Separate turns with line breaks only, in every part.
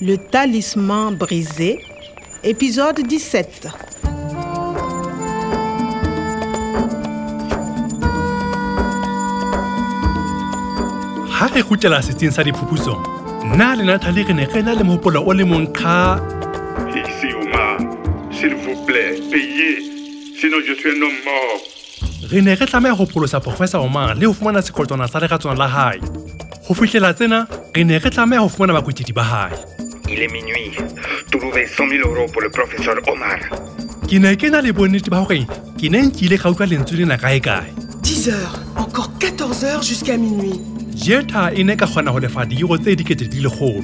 Le talisman brisé, épisode 17.
ha re kgutlela setsing sa diphuputso nna le natale re ne re na le mohopolo o le monkga
Ici, Omar, s'il vous plaît, payez. Sinon, je suis un homme mort.
re ne re tlameha ho pholosa professor omar le ho fumana sekotwana sa leratswana la hae ho fihlela tsena re ne re tlameha ho fumana bakwetedi ba hae
Il est minuit. Trouvez 100 000 euros pour le professeur Omar.
ke ne ke na le bonnete ba hore ke ne nkile ka utlwa lentswe lena kae kae
10 heures, encore 14 heures jusqu'à minuit.
jeta e ne ka kgona ho lefa diiro tse dikete di lekgolo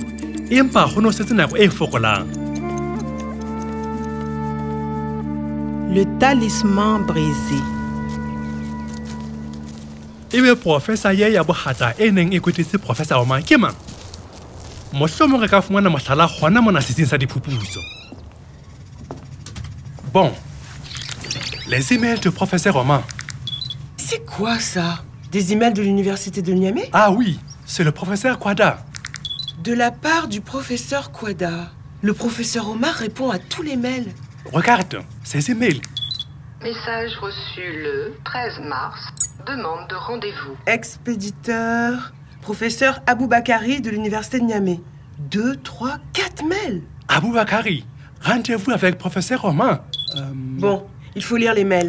empa ho ne ho setse nako e fokolang
Le talisman brisé.
ebe professor ye ya bohata e neng e kwetetse professor omar ke mang mohlomong re ka fumana mohlala hona mona setsing sa diphuputso bon les emails de professeur omar
C'est quoi ça Des emails de l'université de Niamey
ah oui c'est le professeur kwada
De la part du professeur Kwada. Le professeur Omar répond à tous les mails.
regarde ces emails
Message reçu le 13 mars. Demande de rendez-vous.
Expéditeur, professeur Aboubakari de l'université de Niamey. 2, 3, 4 mails.
aboubakari rendez-vous avec professeur omar Euh,
Bon, il faut lire les mails.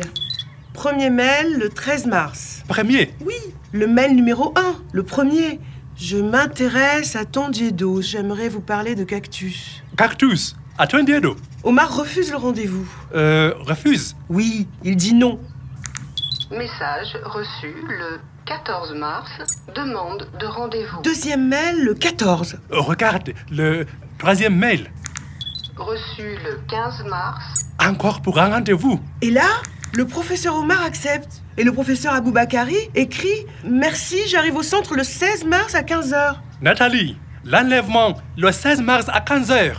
Premier mail le 13 mars.
premier
Oui, le mail numéro 1, le premier. Je m'intéresse à Tondiedo, j'aimerais vous parler de cactus.
cactus attendez
Omar refuse le rendez-vous.
euh, refuse
Oui, il dit non.
Message reçu le 14 mars. Demande de rendez-vous.
Deuxième mail, le 14.
Euh, regarde le troisième mail
Reçu le 15 mars.
encore pour un rendez-vous
Et là, le professeur Omar accepte. Et le professeur Aboubakari écrit Merci, j'arrive au centre le 16 mars à 15h.
Nathalie, l'enlèvement le 16 mars à 15h.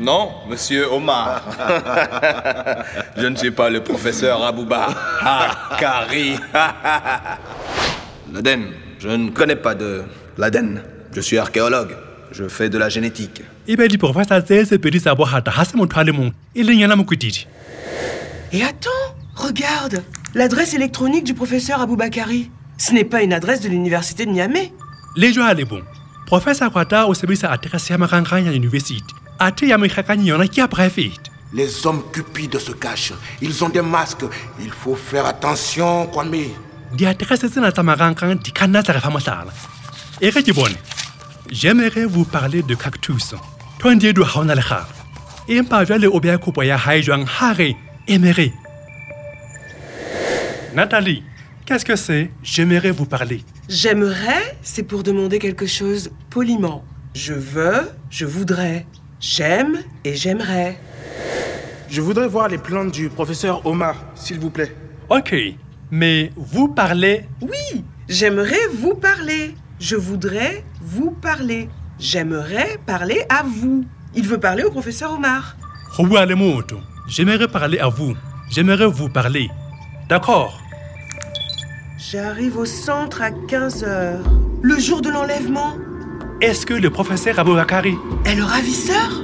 Non, monsieur Omar. Je ne suis pas le professeur Abouba Ah, Hakari. L'Aden. Je ne connais pas de l'Aden. Je suis archéologue. Je fais de la génétique.
ebe diprofesa tse tse pedi tsa bohata ha se motho a le mong e leng yena mokwetidi
Et attends, regarde L'adresse électronique du professeur Aboubakari. Ce n'est pas une adresse de l'université de Niamey.
le jwale bon professor kwata o sebedisa aterese ya marangrang ya university athe ya mekgakanyi yona ke ya poraefete
Les hommes cupides se cachent. Ils ont des masques. Il faut faire attention, Kwame.
diaterese tsena tsa marangrang di ka nna tsa re fa mohlala e re ke bone j'aimerais vous parler de cactus tondiedu ha o na legare empa jwale o beya kopo ya hae jwang ha re emere Nathalie, qu'est-ce que c'est J'aimerais vous parler.
J'aimerais, c'est pour demander quelque chose poliment. Je veux, je voudrais. J'aime et j'aimerais.
Je voudrais voir les plans du professeur Omar, s'il vous plaît.
Ok, mais vous parlez
Oui, j'aimerais vous parler. Je voudrais vous parler. J'aimerais parler à vous. Il veut parler au professeur Omar.
Ho bua le motho. J'aimerais parler à vous. J'aimerais vous parler. D'accord.
J'arrive au centre à 15h. Le jour de l'enlèvement
Est-ce que le professeur Aboubakari
est le ravisseur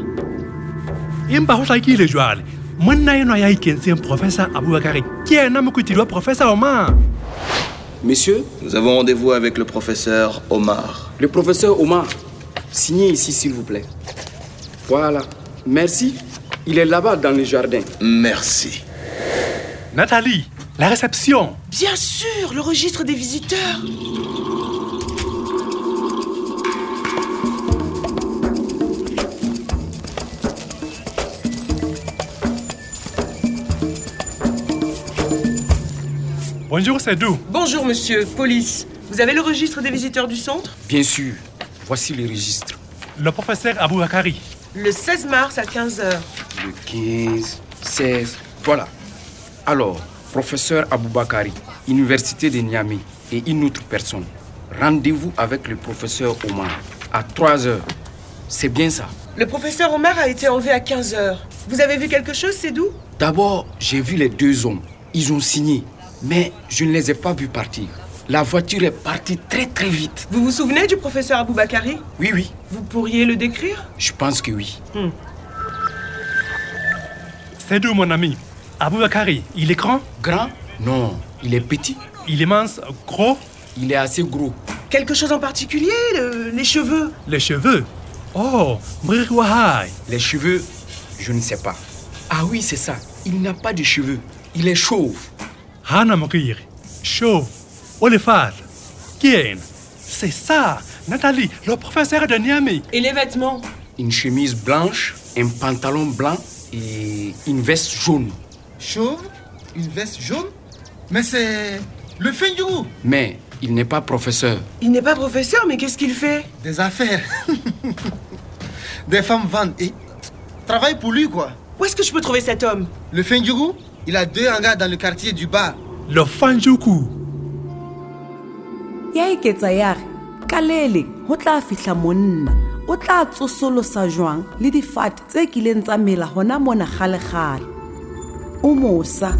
empa ho hlakile jwale monna enwa ya ikentseng professeur Aboubakari ke yena mokwetledi wa professeur Omar
Messieurs, nous avons rendez-vous avec le professeur Omar.
Le professeur Omar, signez ici s'il vous plaît. Voilà. Merci. Il est là-bas dans le jardin.
Merci.
Nathalie, la réception.
Bien sûr, le registre des visiteurs.
Bonjour Sedou.
Bonjour monsieur, police. Vous avez le registre des visiteurs du centre
Bien sûr. Voici le registre.
Le professeur Aboubakari.
Le 16 mars à 15h.
Le 15, 16. Voilà. Alors, professeur Aboubakari, Université de Niamey et une autre personne. Rendez-vous avec le professeur Omar à 3 heures. C'est bien ça.
Le professeur Omar a été enlevé à 15h. Vous avez vu quelque chose, c'est doux
D'abord, j'ai vu les deux hommes. Ils ont signé, mais je ne les ai pas vus partir. La voiture est partie très très vite.
Vous vous souvenez du professeur Aboubakari
Oui, oui,
Vous pourriez le décrire
je pense que oui.
C'est d'où, mon ami Aboubakari, il est grand,
Grand Non, il est petit.
il est mince, gros,
Il est assez gros.
Quelque chose en particulier le- Les cheveux
les cheveux. Oh, Mrirwahai.
Les cheveux, je ne sais pas. Ah oui, c'est ça. Il n'a pas de cheveux. Il est chauve.
Hana Mokir, Chauve, Olifat, Kien. C'est ça, Nathalie, le professeur de Niamey.
Et les vêtements
Une chemise blanche, un pantalon blanc et une veste jaune.
Chauve, une veste jaune. Mais c'est le Fendjourou
Mais il n'est pas professeur.
Il n'est pas professeur, mais qu'est-ce qu'il fait
des affaires. des femmes vendent et travaillent pour lui, quoi.
Où est-ce que je peux trouver cet homme
Le Fendjourou, il a deux hangars dans le quartier du bar.
Le Fanjuku.
ya eketsa ya re ka le le go tla fitlha monna o tla tsosolosa jwang le difate tse kileng tsa mela gona mona gale-gale o mosa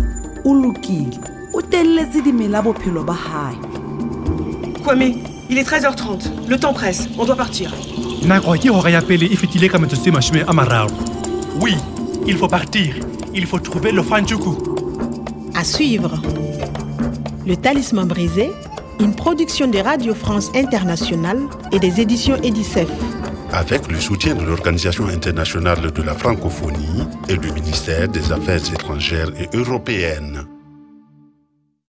o lokile o teleletse dimela bophelo ba gae
Kwame, il est 13h30. Le temps presse, on doit partir.
Nagoye aurait appelé Ifitile Kametosima Shme Amarao. Oui, il faut partir. Il faut trouver le Fanjuku.
À suivre. Le Talisman brisé, une production de Radio France Internationale et des éditions Edicef.
Avec le soutien de l'Organisation internationale de la francophonie et du ministère des Affaires étrangères et européennes.